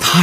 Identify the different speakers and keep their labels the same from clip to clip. Speaker 1: 他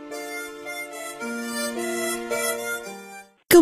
Speaker 2: 各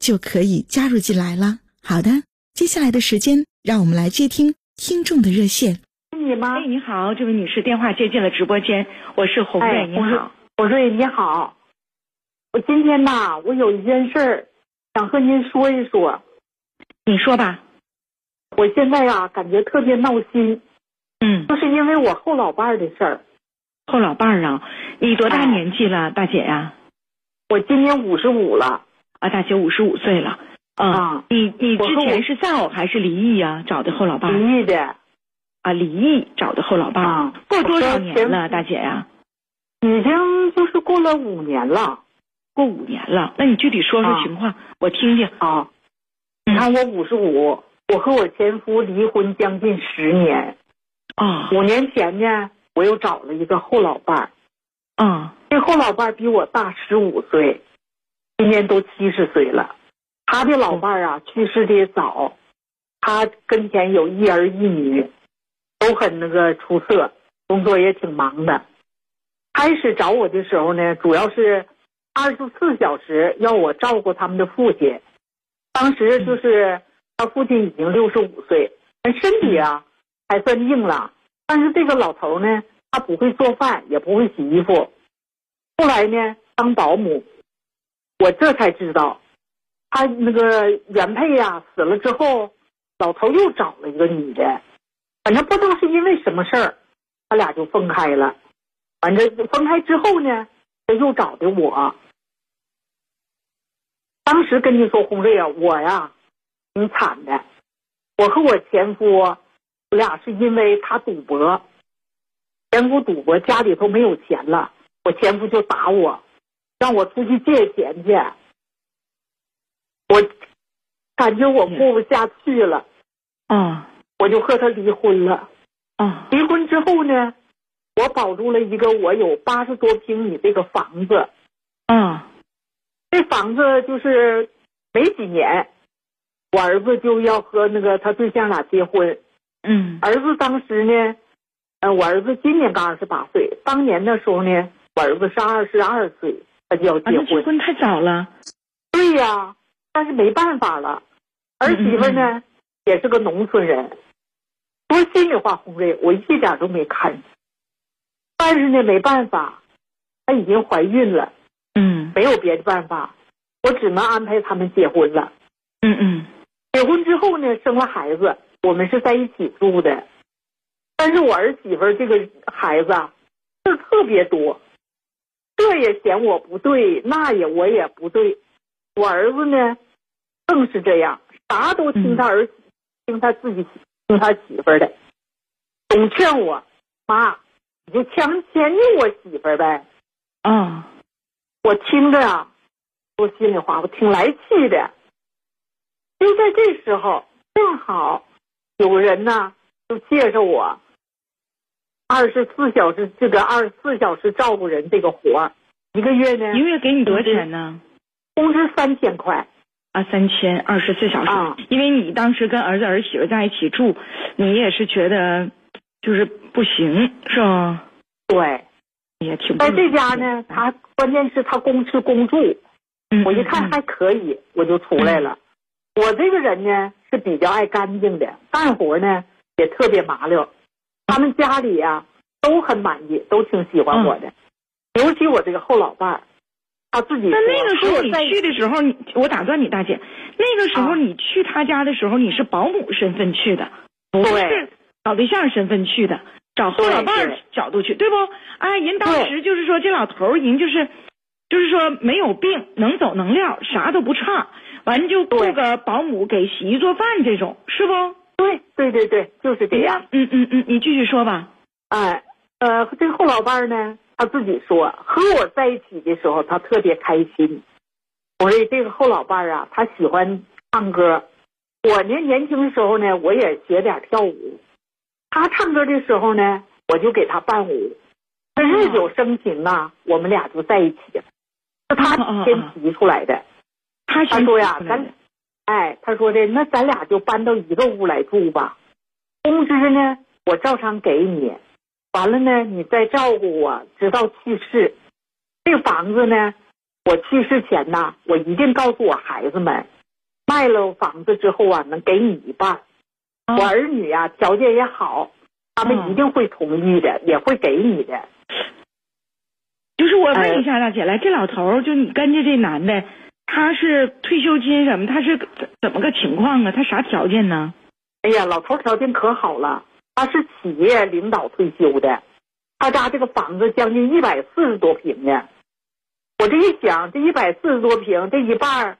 Speaker 2: 就可以加入进来了。好的，接下来的时间，让我们来接听听众的热线。
Speaker 3: 你吗？
Speaker 4: 哎，你好，这位女士电话接进了直播间，我是红瑞，
Speaker 3: 哎，
Speaker 4: 你好，
Speaker 3: 我说，我说你好，我今天吧，我有一件事儿想和您说一说。
Speaker 4: 你说吧，
Speaker 3: 我现在啊，感觉特别闹心，
Speaker 4: 嗯，
Speaker 3: 就是因为我后老伴儿的事儿。
Speaker 4: 后老伴儿啊，你多大
Speaker 3: 哎
Speaker 4: 年纪了，大姐呀、
Speaker 3: 我今年五十五了，
Speaker 4: 啊？大姐五十五岁了，
Speaker 3: 啊
Speaker 4: 你你
Speaker 3: 我
Speaker 4: 之
Speaker 3: 和我
Speaker 4: 前是丧偶还是离异呀、找的后老伴儿
Speaker 3: 离异的。
Speaker 4: 啊？离异找的后老伴儿
Speaker 3: 啊，
Speaker 4: 嗯过多少
Speaker 3: 我说
Speaker 4: 年
Speaker 3: 前
Speaker 4: 了，大姐呀、
Speaker 3: 已经就是过了五年了
Speaker 4: 过五年了，那你具体说说
Speaker 3: 啊
Speaker 4: 情况，我听听。
Speaker 3: 啊。
Speaker 4: 嗯
Speaker 3: 你看我五十五，我和我前夫离婚将近十年。
Speaker 4: 啊
Speaker 3: 五年前呢，我又找了一个后老伴儿，
Speaker 4: 啊
Speaker 3: 这后老伴儿比我大十五岁，今年都七十岁了。他的老伴儿啊，去世的早，他跟前有一儿一女，都很那个出色，工作也挺忙的。开始找我的时候呢，主要是二十四小时要我照顾他们的父亲。当时就是他父亲已经六十五岁，但身体啊还算硬朗，但是这个老头呢，他不会做饭，也不会洗衣服。后来呢，当保姆，我这才知道，他那个原配呀、死了之后，老头又找了一个女的，反正不知道是因为什么事儿，他俩就分开了。反正分开之后呢，他又找的我。当时跟你说，红瑞啊，我呀，挺惨的。我和我前夫，我俩是因为他赌博，前夫赌博家里头没有钱了，我前夫就打我，让我出去借钱去。我感觉我过不下去了，
Speaker 4: 啊
Speaker 3: 我就和他离婚了。
Speaker 4: 啊
Speaker 3: 离婚之后呢，我保住了一个我有八十多平米这个房子，
Speaker 4: 啊
Speaker 3: 这房子就是没几年，我儿子就要和那个他对象俩结婚。
Speaker 4: 嗯
Speaker 3: 儿子当时呢，呃，我儿子今年刚二十八岁，当年的时候呢，我儿子是二十二岁，他就要
Speaker 4: 啊，
Speaker 3: 结
Speaker 4: 那结
Speaker 3: 婚。
Speaker 4: 婚太早了，
Speaker 3: 对呀、但是没办法了，儿媳妇呢、
Speaker 4: 嗯
Speaker 3: 也是个农村人。说心里话，红瑞，我一点都没看上，但是呢没办法，她已经怀孕了，
Speaker 4: 嗯
Speaker 3: 没有别的办法，我只能安排他们结婚了。
Speaker 4: 嗯嗯
Speaker 3: 结婚之后呢，生了孩子，我们是在一起住的，但是我儿媳妇儿这个孩子啊，事儿特别多，这也嫌我不对，那也我也不对，我儿子呢，更是这样，啥都听他儿，听他自己，听他媳妇儿的，总劝我妈，你就强迁就我媳妇儿呗。
Speaker 4: 啊
Speaker 3: 我听着啊，说心里话，我挺来气的。就在这时候，正好有人呢就介绍我二十四小时这个二十四小时照顾人这个活儿，一个月
Speaker 4: 一
Speaker 3: 呢
Speaker 4: 个月给你多少钱呢？
Speaker 3: 工资三千块。
Speaker 4: 啊，三千二十四小时，
Speaker 3: 啊
Speaker 4: 因为你当时跟儿子儿媳妇在一起住，你也是觉得就是不行，是吧？
Speaker 3: 对，
Speaker 4: 也挺不
Speaker 3: 在
Speaker 4: 容易
Speaker 3: 这家呢，他关键是他公吃公住，
Speaker 4: 嗯
Speaker 3: 我一看
Speaker 4: 嗯
Speaker 3: 还可以，我就出来了。我这个人呢是比较爱干净的，干活呢也特别麻溜。他们家里呀、都很满意，都挺喜欢我的，
Speaker 4: 嗯
Speaker 3: 尤其我这个后老伴儿，他自己
Speaker 4: 那
Speaker 3: 说
Speaker 4: 那个时
Speaker 3: 和
Speaker 4: 候
Speaker 3: 我
Speaker 4: 你
Speaker 3: 在一
Speaker 4: 去的时候，你我打断你大姐，那个时候
Speaker 3: 啊
Speaker 4: 你去他家的时候，你是保姆身份去的，不
Speaker 3: 对
Speaker 4: 是找对象身份去的，找后老伴
Speaker 3: 对
Speaker 4: 儿
Speaker 3: 对
Speaker 4: 角度去，对不？哎，人当
Speaker 3: 对
Speaker 4: 时就是说这老头儿人就是，就是说没有病，能走能撂，啥都不差，完就
Speaker 3: 对
Speaker 4: 雇个保姆给洗衣做饭这种，是不？
Speaker 3: 对对对对，就是这样。
Speaker 4: 嗯嗯嗯，你继续说吧。
Speaker 3: 哎，呃，这个后老伴儿呢，他自己说，和我在一起的时候，他特别开心。我说这个后老伴儿啊，他喜欢唱歌。我呢，年轻的时候呢，我也学点儿跳舞。他唱歌的时候呢，我就给他伴舞。这日久生情啊，我们俩就在一起了。是他
Speaker 4: 嗯嗯
Speaker 3: 先
Speaker 4: 嗯
Speaker 3: 提出来的。他
Speaker 4: 他先
Speaker 3: 说呀
Speaker 4: 提出，来的
Speaker 3: 咱，哎，他说的那咱俩就搬到一个屋来住吧。工资呢，我照常给你，完了呢，你再照顾我，直到去世。这房子呢，我去世前呐，我一定告诉我孩子们，卖了房子之后啊，能给你一半。
Speaker 4: 啊
Speaker 3: 我儿女啊，条件也好，他
Speaker 4: 哦
Speaker 3: 们一定会同意的，也会给你的。呃
Speaker 4: 就是我问一下大姐来，这老头儿就你跟着这男的，他是退休金什么？他是怎么个情况啊？他啥条件呢？
Speaker 3: 哎呀，老头儿条件可好了，他是企业领导退休的，他家这个房子将近一百四十多平呢。我这一想，这一百四十多平，这一半儿，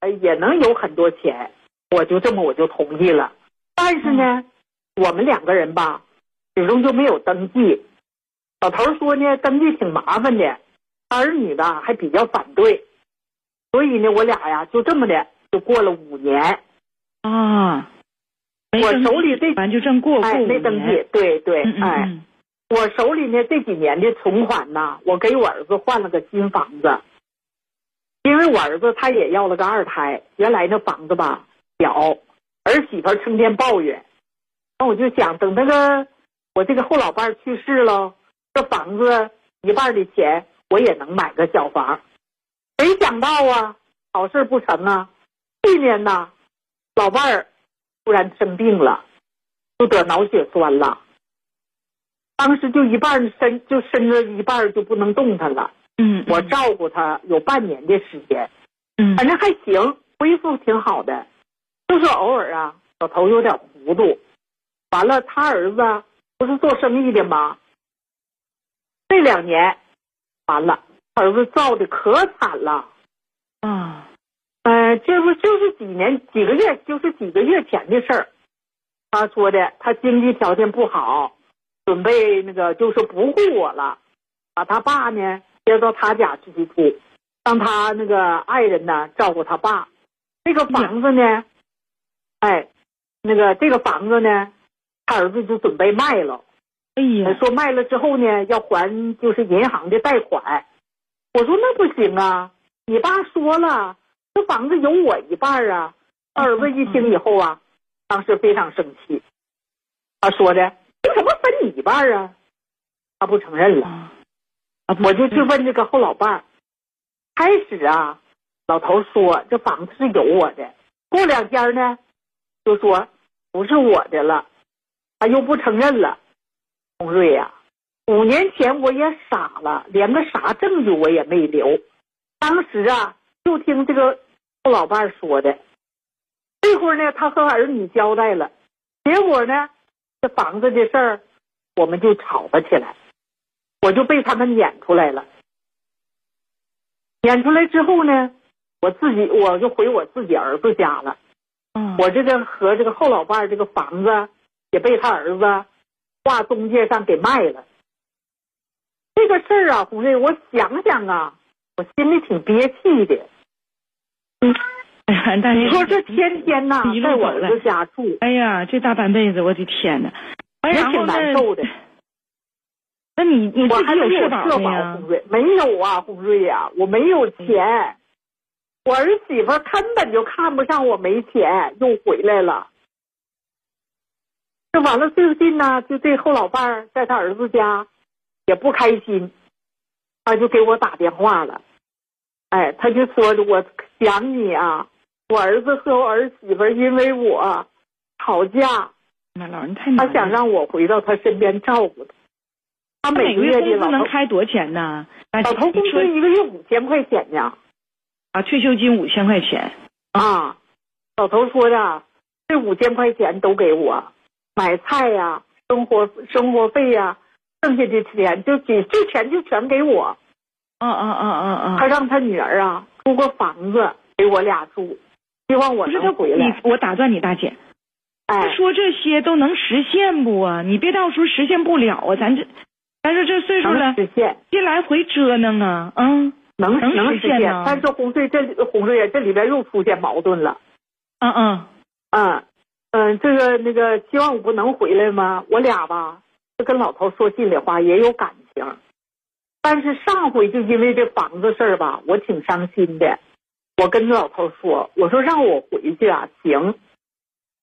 Speaker 3: 呃，也能有很多钱，我就这么我就同意了。但是呢，我们两个人吧，始终就没有登记。老头儿说呢，登记挺麻烦的，儿女吧还比较反对，所以呢，我俩呀就这么的就过了五年。
Speaker 4: 啊，没
Speaker 3: 我
Speaker 4: 登记
Speaker 3: 手里这
Speaker 4: 完就正过过
Speaker 3: 哎，
Speaker 4: 五
Speaker 3: 没
Speaker 4: 年
Speaker 3: 登记，对对，
Speaker 4: 嗯嗯
Speaker 3: 哎，
Speaker 4: 嗯，
Speaker 3: 我手里呢这几年的存款呐，我给我儿子换了个新房子，因为我儿子他也要了个二胎，原来那房子吧小，儿媳妇儿成天抱怨，那我就想等那个我这个后老伴儿去世了，这房子一半儿的钱我也能买个小房，没想到啊，好事不成啊，去年呐，老伴儿突然生病了，就得脑血栓了。当时就一半儿身就身子一半儿就不能动弹了，
Speaker 4: 嗯，
Speaker 3: 我照顾他有半年的时间，
Speaker 4: 嗯
Speaker 3: 反正还行，恢复挺好的，就是偶尔啊，老头有点糊涂。完了，他儿子啊不是做生意的吗？这两年，完了，他儿子造的可惨了。
Speaker 4: 啊，
Speaker 3: 呃，这不就是几年几个月，就是几个月前的事儿。他说的，他经济条件不好，准备那个就是不护我了，把他爸呢接到他家去住，让他那个爱人呢照顾他爸。这个房子呢，哎，那个这个房子呢，他儿子就准备卖了。
Speaker 4: 哎呀，
Speaker 3: 说卖了之后呢，要还就是银行的贷款。我说那不行啊，你爸说了，这房子有我一半儿啊。
Speaker 4: 嗯
Speaker 3: 儿子一听以后啊，当时非常生气，他说的凭什么分你一半儿啊？他不承认了。
Speaker 4: 啊，啊不
Speaker 3: 我就去问这个后老伴儿。开始啊，老头说这房子是有我的，过两天呢，就说不是我的了，他又不承认了。红瑞呀、五年前我也傻了，连个啥证据我也没留。当时啊，就听这个后老伴儿说的。这会儿呢，他和儿女交代了，结果呢，这房子的事儿，我们就吵了起来。我就被他们撵出来了。撵出来之后呢，我自己我就回我自己儿子家了。
Speaker 4: 啊
Speaker 3: 我这个和这个后老伴儿这个房子也被他儿子挂中介上给卖了。这个事儿啊，红瑞，我想想啊，我心里挺憋气的。
Speaker 4: 哎呀大姐，
Speaker 3: 你说这天天呐、
Speaker 4: 一路
Speaker 3: 在我
Speaker 4: 走
Speaker 3: 儿
Speaker 4: 来
Speaker 3: 子家住，
Speaker 4: 哎呀，这大半辈子，我的天呐。哎，
Speaker 3: 也
Speaker 4: 然后
Speaker 3: 挺
Speaker 4: 呢
Speaker 3: 难受 的。
Speaker 4: 那你你
Speaker 3: 我
Speaker 4: 自己
Speaker 3: 还没
Speaker 4: 有
Speaker 3: 有社
Speaker 4: 社保
Speaker 3: 保，
Speaker 4: 没呀
Speaker 3: 红？瑞没有啊，红瑞呀、我没有钱，我儿媳妇儿根本就看不上我没钱，又回来了。这完了，最近呢，就这后老伴儿在他儿子家也不开心，他就给我打电话了，哎，他就说我想你啊，我儿子和我儿媳妇儿因为我吵架，
Speaker 4: 那哎老人太难
Speaker 3: 他
Speaker 4: 了。
Speaker 3: 想让我回到他身边照顾他。他
Speaker 4: 他
Speaker 3: 每
Speaker 4: 每
Speaker 3: 个
Speaker 4: 个
Speaker 3: 月
Speaker 4: 月
Speaker 3: 的老头
Speaker 4: 工资能开多少钱呢？大姐
Speaker 3: 老头
Speaker 4: 哎你
Speaker 3: 工
Speaker 4: 说
Speaker 3: 资一个月五千块钱呢。
Speaker 4: 啊，退休金五千块钱。
Speaker 3: 啊，老头说的，这五千块钱都给我，买菜呀、生活生活费呀、剩下的钱就几这钱就全给我。啊
Speaker 4: 嗯嗯嗯嗯
Speaker 3: 他
Speaker 4: 嗯。
Speaker 3: 让他女儿啊租个房子给我俩住，希望我
Speaker 4: 不是他
Speaker 3: 能回来。
Speaker 4: 你我打断你大姐，
Speaker 3: 哎
Speaker 4: 他，说这些都能实现不啊？你别到时候实现不了啊，咱这，咱说这岁数
Speaker 3: 能
Speaker 4: 了，
Speaker 3: 实现，
Speaker 4: 别来回折腾啊，嗯
Speaker 3: 能
Speaker 4: 能实
Speaker 3: 实
Speaker 4: 现
Speaker 3: 现
Speaker 4: 呢。
Speaker 3: 但是红队这里红队啊这里边又出现矛盾了。
Speaker 4: 嗯嗯，
Speaker 3: 嗯嗯，这个那个，希望我能回来吗？我俩吧，就跟老头说心里话，也有感情。但是上回就因为这房子事儿吧，我挺伤心的。我跟老头说，我说让我回去啊，行。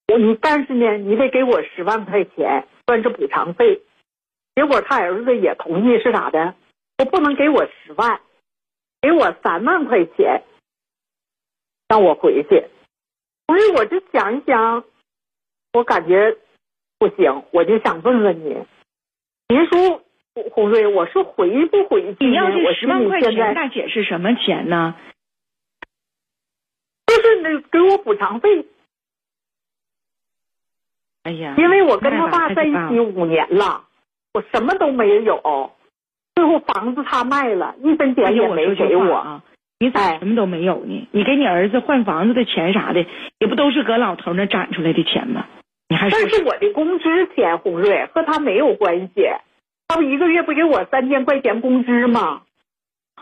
Speaker 3: 我你但是呢，你得给我十万块钱，算是补偿费。结果他儿子也同意，是咋的？我不能给我十万，给我三万块钱，让我回去。不是，我就想一想，我感觉不行，我就想问问您，您说红红瑞，我是回不回去呢？
Speaker 4: 你要这
Speaker 3: 我
Speaker 4: 十
Speaker 3: 心
Speaker 4: 万
Speaker 3: 里
Speaker 4: 块
Speaker 3: 现在
Speaker 4: 钱，大姐是什么钱呢？
Speaker 3: 就是那给我补偿费，
Speaker 4: 哎呀，
Speaker 3: 因为我跟他
Speaker 4: 太
Speaker 3: 爸在
Speaker 4: 可
Speaker 3: 一
Speaker 4: 怕了
Speaker 3: 起五年了，我什么都没有，最后房子他卖了，一分
Speaker 4: 哎
Speaker 3: 钱
Speaker 4: 呀，
Speaker 3: 也
Speaker 4: 我
Speaker 3: 没
Speaker 4: 说
Speaker 3: 给
Speaker 4: 句话
Speaker 3: 我。
Speaker 4: 啊，你咋
Speaker 3: 哎
Speaker 4: 什么都没有呢？你给你儿子换房子的钱啥的，也不都是搁老头那攒出来的钱吗？你还说
Speaker 3: 但是我的工资钱，红瑞和他没有关系，他不一个月不给我三千块钱工资吗？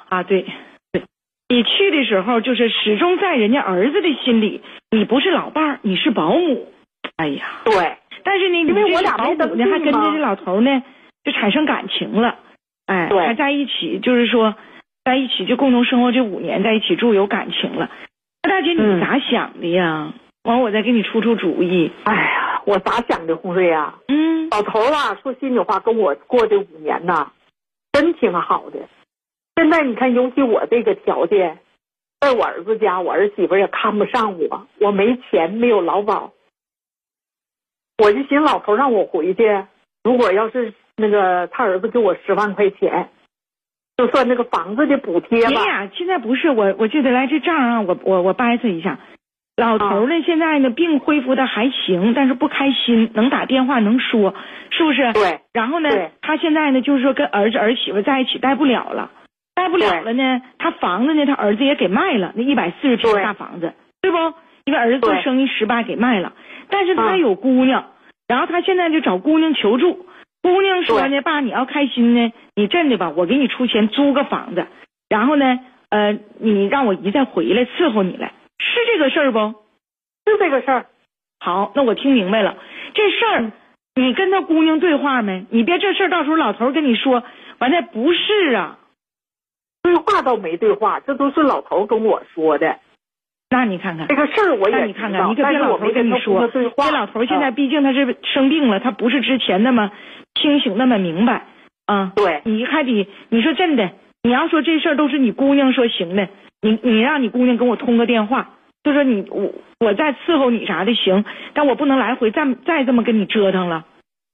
Speaker 4: 啊？对，对，你去的时候就是始终在人家儿子的心里，你不是老伴儿，你是保姆。哎呀，
Speaker 3: 对，
Speaker 4: 但是呢，
Speaker 3: 因为
Speaker 4: 你这
Speaker 3: 我
Speaker 4: 个
Speaker 3: 俩
Speaker 4: 保
Speaker 3: 没
Speaker 4: 姆
Speaker 3: 登
Speaker 4: 呢，
Speaker 3: 记
Speaker 4: 还跟
Speaker 3: 嘛
Speaker 4: 着这老头呢就产生感情了，哎，
Speaker 3: 对
Speaker 4: 还在一起，就是说在一起就共同生活这五年，在一起住有感情了。那大姐，你
Speaker 3: 嗯
Speaker 4: 咋想的呀？完，我再给你出出主意。
Speaker 3: 哎呀，我咋想的，红瑞啊？
Speaker 4: 嗯，
Speaker 3: 老头儿啊，说心里话，跟我过这五年呐、真挺好的。现在你看，尤其我这个条件，在我儿子家，我儿媳妇儿也看不上我，我没钱，没有劳保，我就寻老头让我回去。如果要是那个他儿子给我十万块钱，就算那个房子的补贴
Speaker 4: 你
Speaker 3: 吧，
Speaker 4: 俩现在不是我，我记得来这账啊，我我我掰扯一下。老头儿呢，现在呢病恢复的还行，但是不开心，能打电话能说，是不是？
Speaker 3: 对
Speaker 4: 然后呢
Speaker 3: 对，
Speaker 4: 他现在呢就是说跟儿子儿媳妇在一起待不了了，待不了了呢，他房子呢他儿子也给卖了，那一百四十平
Speaker 3: 对
Speaker 4: 大房子，对不？因为儿子做
Speaker 3: 对
Speaker 4: 生意失败给卖了，但是他
Speaker 3: 啊
Speaker 4: 有姑娘，然后他现在就找姑娘求助，姑娘说呢，爸，你要开心呢，你真的吧，我给你出钱租个房子，然后呢，呃，你让我姨再回来伺候你来，是这个事儿不？
Speaker 3: 是这个事儿。
Speaker 4: 好，那我听明白了，这事儿你跟他姑娘对话没？你别这事儿到时候老头儿跟你说，完了不是啊，
Speaker 3: 对话倒没对话，这都是老头跟我说的。
Speaker 4: 那你看看
Speaker 3: 这。个事哎儿我也
Speaker 4: 那你
Speaker 3: 知
Speaker 4: 看
Speaker 3: 道
Speaker 4: 看，你可
Speaker 3: 但
Speaker 4: 别
Speaker 3: 是
Speaker 4: 老
Speaker 3: 我
Speaker 4: 头儿
Speaker 3: 没
Speaker 4: 跟你
Speaker 3: 他姑
Speaker 4: 说
Speaker 3: 娘对，话。
Speaker 4: 这老头儿现
Speaker 3: 嗯
Speaker 4: 在毕竟他是生病了，他不是之前那么清醒那么明白啊。
Speaker 3: 对，
Speaker 4: 你还得你说真的，你要说这事儿都是你姑娘说行的，你你让你姑娘跟我通个电话，就说你我我再伺候你啥的行，但我不能来回再再这么跟你折腾了。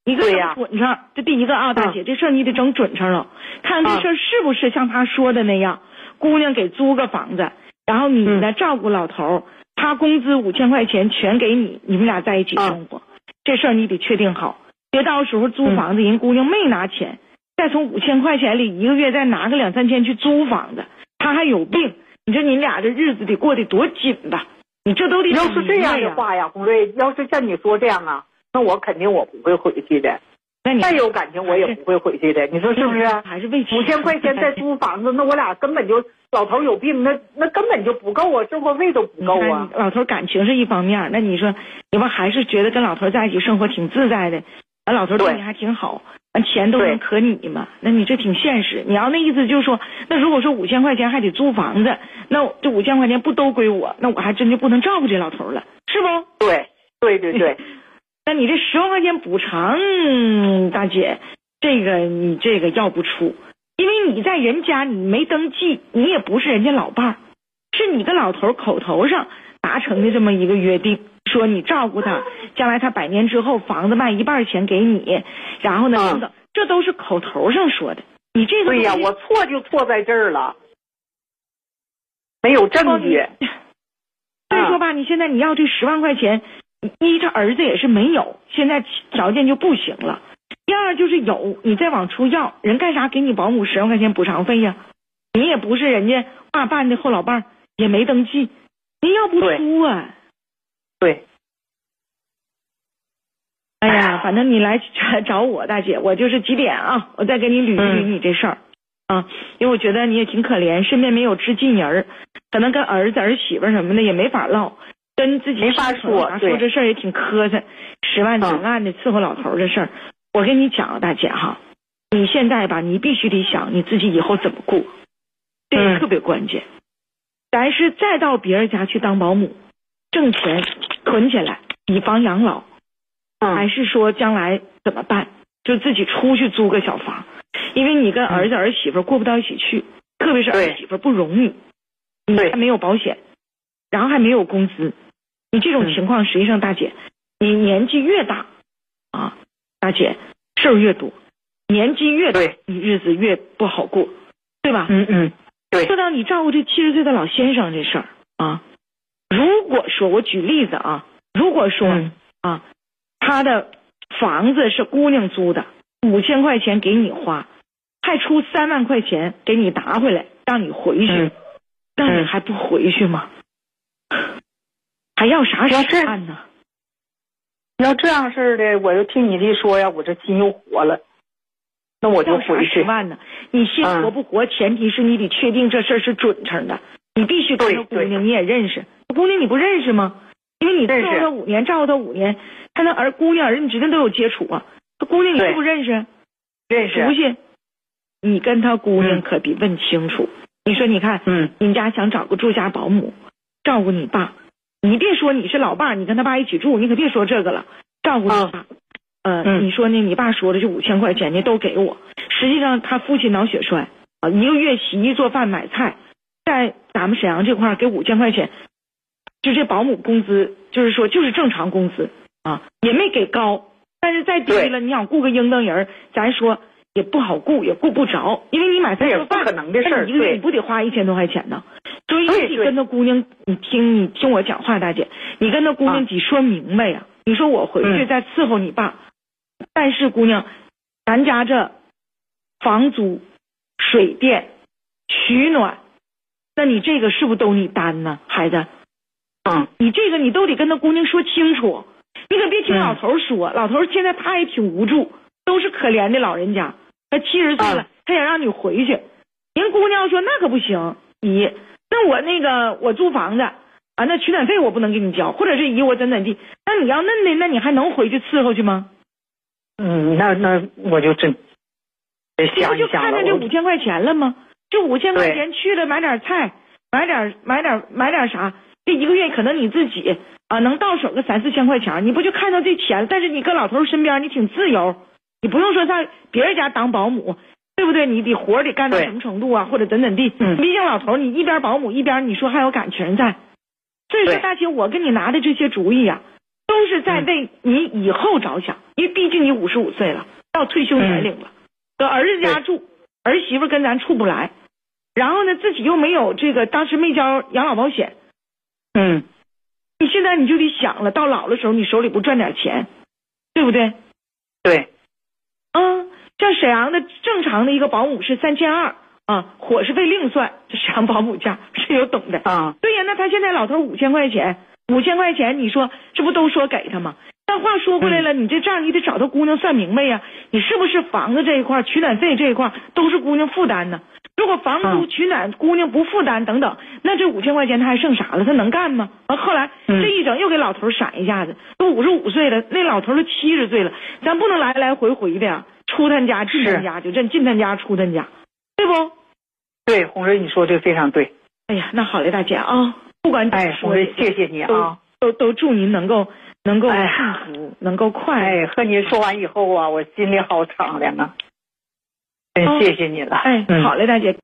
Speaker 4: 你给我
Speaker 3: 对
Speaker 4: 整
Speaker 3: 呀
Speaker 4: 准上，这第一个啊，大姐，这事儿你得整准上了，看看
Speaker 3: 嗯
Speaker 4: 这事儿是不是像她说的那样，姑娘给租个房子，然后你
Speaker 3: 嗯
Speaker 4: 呢照顾老头儿，他工资五千块钱全给你，你们俩在一起生活，
Speaker 3: 嗯
Speaker 4: 这事儿你得确定好，别到时候租房子人姑娘没拿钱，再从五千块钱里一个月再拿个两三千去租房子，他还有病，你说你俩这日子得过得多紧吧？你这都得
Speaker 3: 要是这样的
Speaker 4: 明白呀，
Speaker 3: 话呀，红瑞，要是像你说这样啊，那我肯定我不会回去的。
Speaker 4: 那你
Speaker 3: 再有感情，我也不会回去的。你说是不是？
Speaker 4: 还是为
Speaker 3: 五千块钱再租房子，那我俩根本就老头有病，那那根本就不够啊，生活费都不
Speaker 4: 你
Speaker 3: 够
Speaker 4: 看
Speaker 3: 啊。
Speaker 4: 老头感情是一方面儿，那你说你们还是觉得跟老头在一起生活挺自在的，完老头对
Speaker 3: 对
Speaker 4: 你还挺好，完钱都
Speaker 3: 对
Speaker 4: 能可你嘛？那你这挺现实。你要那意思就是说，那如果说五千块钱还得租房子，那我这五千块钱不都归我，那我还真就不能照顾这老头了，是不？
Speaker 3: 对对对对，
Speaker 4: 那你这十万块钱补偿，嗯大姐，这个你这个要不出，因为你在人家你没登记，你也不是人家老伴儿，是你跟老头儿口头上达成的这么一个约定，说你照顾他，将来他百年之后房子卖一半儿钱给你，然后呢
Speaker 3: 嗯
Speaker 4: 等等，这都是口头上说的。你这个
Speaker 3: 对呀、
Speaker 4: 东西
Speaker 3: 我错就错在这儿了，没有证据。
Speaker 4: 哦
Speaker 3: 嗯啊
Speaker 4: 所以说吧，话，你现在你要这十万块钱，一他儿子也是没有，现在条件就不行了。第二就是有，你再往出要，人干啥给你保姆十万块钱补偿费呀？你也不是人家爸办的后老伴儿，也没登记，人要不出啊。
Speaker 3: 对。
Speaker 4: 哎呀，反正你来找我，大姐，我就是几点啊？我再给你捋一捋你这事儿、嗯、啊，因为我觉得你也挺可怜，身边没有知己人，可能跟儿子、儿媳妇什么的也没法唠，跟自己
Speaker 3: 没法
Speaker 4: 说，说这事儿也挺磕碜，十万九万的伺候老头这事儿，我跟你讲，啊大姐哈，你现在吧，你必须得想你自己以后怎么过，这个特别关键。嗯、咱是再到别人家去当保姆，挣钱存起来，以防养老。
Speaker 3: 嗯
Speaker 4: 还是说将来怎么办？就自己出去租个小房，因为你跟儿子
Speaker 3: 嗯
Speaker 4: 儿媳妇过不到一起去，特别是儿媳妇不容易，你还没有保险，然后还没有工资，你这
Speaker 3: 嗯
Speaker 4: 种情况实际上大姐，你年纪越大啊，大姐事儿越多，年纪越大你日子越不好过，对吧？
Speaker 3: 嗯嗯，对。
Speaker 4: 说到你照顾这七十岁的老先生这事儿啊，如果说我举例子啊，如果说、嗯、啊。他的房子是姑娘租的，五千块钱给你花，还出三万块钱给你拿回来，让你回去，嗯、那你还不回去吗？嗯、还要啥时
Speaker 3: 看呢？要这样式的，我就听你这说呀，我这心又活了。那我就回去。
Speaker 4: 十万呢？你心活不活，嗯、前提是你得确定这事儿是准成的。你必须跟姑娘你也认识，姑娘你不认识吗？因为你照顾他五年，照顾他五年，他那儿姑娘儿子你指定都有接触啊。他姑娘你是不认识？
Speaker 3: 认识。
Speaker 4: 熟悉。你跟他姑娘可得问清楚。嗯、你说你看，嗯，你们家想找个住家保姆照顾你爸，你别说你是老伴儿，你跟他爸一起住，你可别说这个了，照顾你爸。嗯、呃，嗯、你说呢？你爸说的这五千块钱呢都给我，实际上他父亲脑血栓啊，一个月洗衣做饭买菜，在咱们沈阳这块儿给五千块钱。就这保姆工资，就是说就是正常工资啊，也没给高，但是再低了，你想雇个应当人，咱说也不好雇，也雇不着，因因为你买菜做饭，
Speaker 3: 可能的事儿，
Speaker 4: 一个月你不得花一千多块钱呢？所以你跟他姑娘，你听你听我讲话，大姐，你跟他姑娘得说明白呀、啊。啊、你说我回去再伺候你爸，嗯、但是姑娘，咱家这房租、水电、取暖，那你这个是不是都你担呢，孩子？
Speaker 3: 嗯，
Speaker 4: 你这个你都得跟他姑娘说清楚，你可别听老头说，嗯、老头现在他也挺无助，都是可怜的老人家，他七十岁了，嗯、他想让你回去，人姑娘说那可不行，姨，那我那个我租房子啊，那取暖费我不能给你交，或者是姨我怎怎地，那你要恁的，那你还能回去伺候去吗？
Speaker 3: 嗯，那那我就真得想
Speaker 4: 一想不就看上这五千块钱了吗？这五千块钱去了买点菜，买点买点买点啥？这一个月可能你自己啊能到手个三四千块钱，你不就看到这钱了？但是你搁老头身边，你挺自由，你不用说在别人家当保姆，对不对？你得活得干到什么程度啊，或者怎怎地？嗯、毕竟老头你一边保姆一边你说还有感情在，所以说大姐我给你拿的这些主意呀、啊，都是在为你以后着想，嗯、因为毕竟你五十五岁了，到退休年龄了，搁、嗯、儿子家住，儿媳妇跟咱处不来，然后呢自己又没有这个当时没交养老保险。
Speaker 3: 嗯，
Speaker 4: 你现在你就得想了，到老的时候你手里不赚点钱，对不对？
Speaker 3: 对，
Speaker 4: 嗯，像沈阳的正常的一个保姆是三千二啊，伙食费另算，这沈阳保姆价 是有懂的
Speaker 3: 啊。
Speaker 4: 对呀，那他现在老头五千块钱，五千块钱，你说这不都说给他吗？但话说回来了，嗯、你这账你得找他姑娘算明白呀，你是不是房子这一块、取暖费这一块都是姑娘负担呢？如果房
Speaker 3: 嗯
Speaker 4: 租、取暖，姑娘不负担等等，那这五千块钱他还剩啥了？他能干吗？完后来
Speaker 3: 嗯
Speaker 4: 这一整又给老头闪一下子，都五十五岁了，那老头都七十岁了，咱不能来来回回的呀、啊，出他家进他家，就这进他家出他家，对不？
Speaker 3: 对，红瑞，你说这非常对。
Speaker 4: 哎呀，那好嘞，大姐啊、哦，不管怎么说，
Speaker 3: 哎、谢谢你
Speaker 4: 啊，都都祝您能够能够幸福，哎、能够快乐。
Speaker 3: 哎，和您说
Speaker 4: 哦
Speaker 3: 完以后啊，我心里好敞亮啊。谢谢你了，
Speaker 4: 哎，好嘞，大姐。